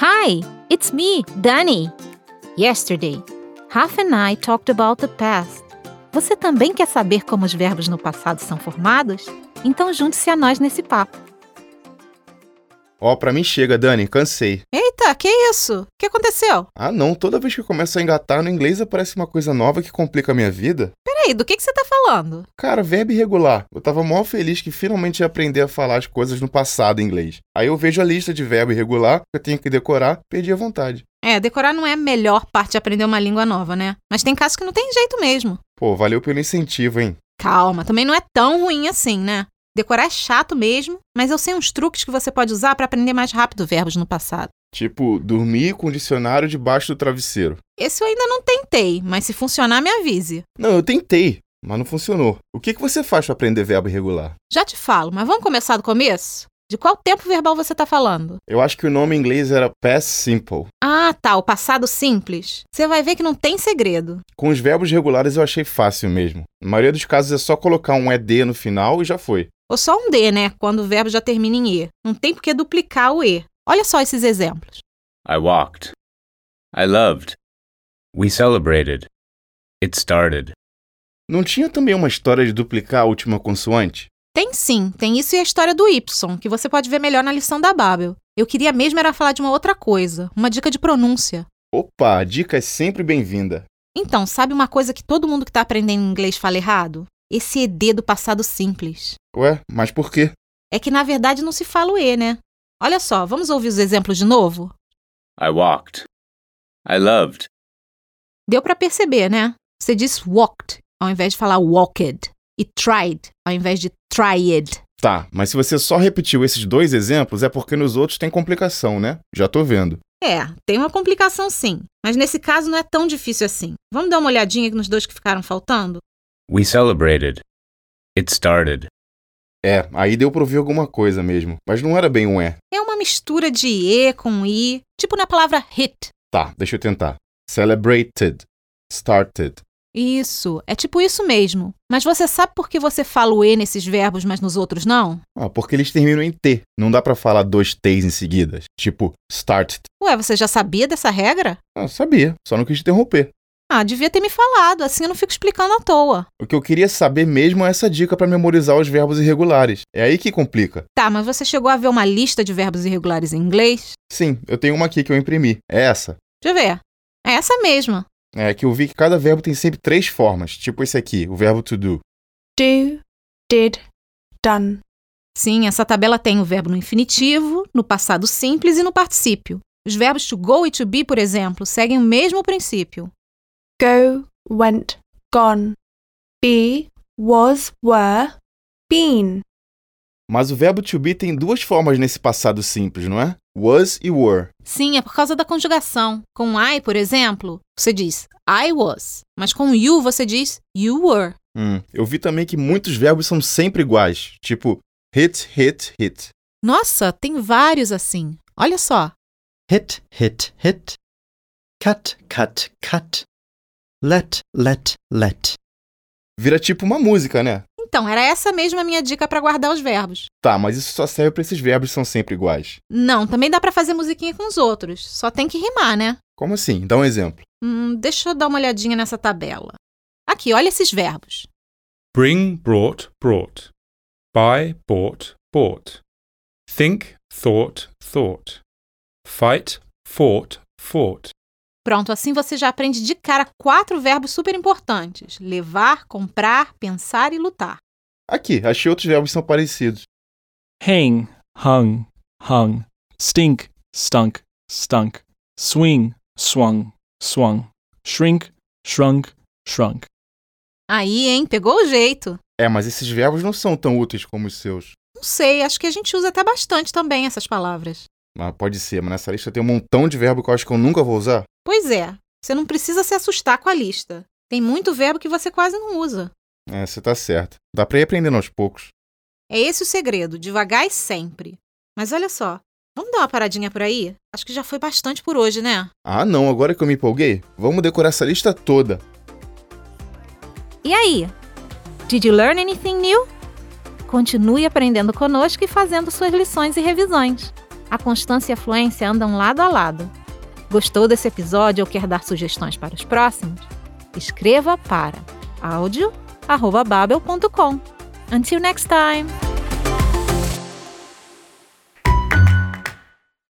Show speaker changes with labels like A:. A: Hi, it's me, Danny. Yesterday, Rafa and I talked about the past. Você também quer saber como os verbos no passado são formados? Então junte-se a nós nesse papo.
B: Ó, pra mim chega, Dani, cansei.
C: Eita, que isso? O que aconteceu?
B: Ah não, toda vez que eu começo a engatar no inglês aparece uma coisa nova que complica a minha vida.
C: Peraí, do que, que você tá falando?
B: Cara, verbo irregular. Eu tava mó feliz que finalmente ia aprender a falar as coisas no passado em inglês. Aí eu vejo a lista de verbo irregular, que eu tenho que decorar, perdi a vontade.
C: É, decorar não é a melhor parte de aprender uma língua nova, né? Mas tem casos que não tem jeito mesmo.
B: Pô, valeu pelo incentivo, hein?
C: Calma, também não é tão ruim assim, né? Decorar é chato mesmo, mas eu sei uns truques que você pode usar pra aprender mais rápido verbos no passado.
B: Tipo, dormir com o dicionário debaixo do travesseiro.
C: Esse eu ainda não tentei, mas se funcionar, me avise.
B: Não, eu tentei, mas não funcionou. O que, que você faz pra aprender verbo irregular?
C: Já te falo, mas vamos começar do começo? De qual tempo verbal você tá falando?
B: Eu acho que o nome em inglês era past simple.
C: Ah, tá, o passado simples. Você vai ver que não tem segredo.
B: Com os verbos regulares eu achei fácil mesmo. Na maioria dos casos é só colocar um ED no final e já foi.
C: Ou só um D, né? Quando o verbo já termina em E. Não tem por que duplicar o E. Olha só esses exemplos.
D: I walked. I loved. We celebrated. It started.
B: Não tinha também uma história de duplicar a última consoante?
C: Tem sim, tem isso e a história do Y, que você pode ver melhor na lição da Babel. Eu queria mesmo era falar de uma outra coisa, uma dica de pronúncia.
B: Opa, a dica é sempre bem-vinda.
C: Então, sabe uma coisa que todo mundo que tá aprendendo inglês fala errado? Esse ED do passado simples.
B: Ué, mas por quê?
C: É que na verdade não se fala o E, né? Olha só, vamos ouvir os exemplos de novo?
D: I walked. I loved.
C: Deu pra perceber, né? Você diz walked ao invés de falar walked e tried ao invés de tried.
B: Tá, mas se você só repetiu esses dois exemplos é porque nos outros tem complicação, né? Já tô vendo.
C: É, tem uma complicação sim, mas nesse caso não é tão difícil assim. Vamos dar uma olhadinha nos dois que ficaram faltando?
D: We celebrated. It started.
B: É, aí deu pra ouvir alguma coisa mesmo, mas não era bem um E.
C: É uma mistura de E com I, tipo na palavra hit.
B: Tá, deixa eu tentar. Celebrated. Started.
C: Isso, é tipo isso mesmo. Mas você sabe por que você fala o E nesses verbos, mas nos outros não?
B: Ah, porque eles terminam em T. Não dá pra falar dois T's em seguida. Tipo, started.
C: Ué, você já sabia dessa regra?
B: Ah, sabia, só não quis interromper.
C: Ah, devia ter me falado, assim eu não fico explicando à toa.
B: O que eu queria saber mesmo é essa dica pra memorizar os verbos irregulares. É aí que complica.
C: Tá, mas você chegou a ver uma lista de verbos irregulares em inglês?
B: Sim, eu tenho uma aqui que eu imprimi. É essa.
C: Deixa eu ver. É essa mesma.
B: É que eu vi que cada verbo tem sempre três formas. Tipo esse aqui, o verbo to do.
E: do, did, done.
C: Sim, essa tabela tem o verbo no infinitivo, no passado simples e no particípio. Os verbos to go e to be, por exemplo, seguem o mesmo princípio.
E: Go, went, gone. Be, was, were, been.
B: Mas o verbo to be tem duas formas nesse passado simples, não é? Was e were.
C: Sim, é por causa da conjugação. Com I, por exemplo, você diz I was, mas com you você diz you were.
B: Hum, eu vi também que muitos verbos são sempre iguais. Tipo, hit, hit, hit.
C: Nossa, tem vários assim. Olha só.
F: hit, hit, hit, cut, cut, cut, let, let, let.
B: Vira tipo uma música, né?
C: Então, era essa mesma minha dica para guardar os verbos.
B: Tá, mas isso só serve pra esses verbos que são sempre iguais.
C: Não, também dá pra fazer musiquinha com os outros. Só tem que rimar, né?
B: Como assim? Dá um exemplo.
C: Hum, deixa eu dar uma olhadinha nessa tabela. Aqui, olha esses verbos.
G: Bring, brought, brought. Buy, bought, bought. Think, thought, thought. Fight, fought, fought.
C: Pronto, assim você já aprende de cara quatro verbos super importantes: levar, comprar, pensar e lutar.
B: Aqui, achei outros verbos que são parecidos.
H: hang, hung, hung, stink, stunk, stunk, swing, swung, swung, shrink, shrunk, shrunk.
C: Aí, hein? Pegou o jeito.
B: É, mas esses verbos não são tão úteis como os seus.
C: Não sei, acho que a gente usa até bastante também essas palavras.
B: Ah, pode ser, mas nessa lista tem um montão de verbo que eu acho que eu nunca vou usar.
C: Pois é, você não precisa se assustar com a lista. Tem muito verbo que você quase não usa.
B: É, você tá certo. Dá pra ir aprendendo aos poucos.
C: É esse o segredo, devagar e sempre. Mas olha só, vamos dar uma paradinha por aí? Acho que já foi bastante por hoje, né?
B: Ah, não, agora que eu me empolguei, vamos decorar essa lista toda.
A: E aí? Did you learn anything new? Continue aprendendo conosco e fazendo suas lições e revisões.
C: A constância e a fluência andam lado a lado. Gostou desse episódio ou quer dar sugestões para os próximos? Escreva para audio@babel.com. Until next time.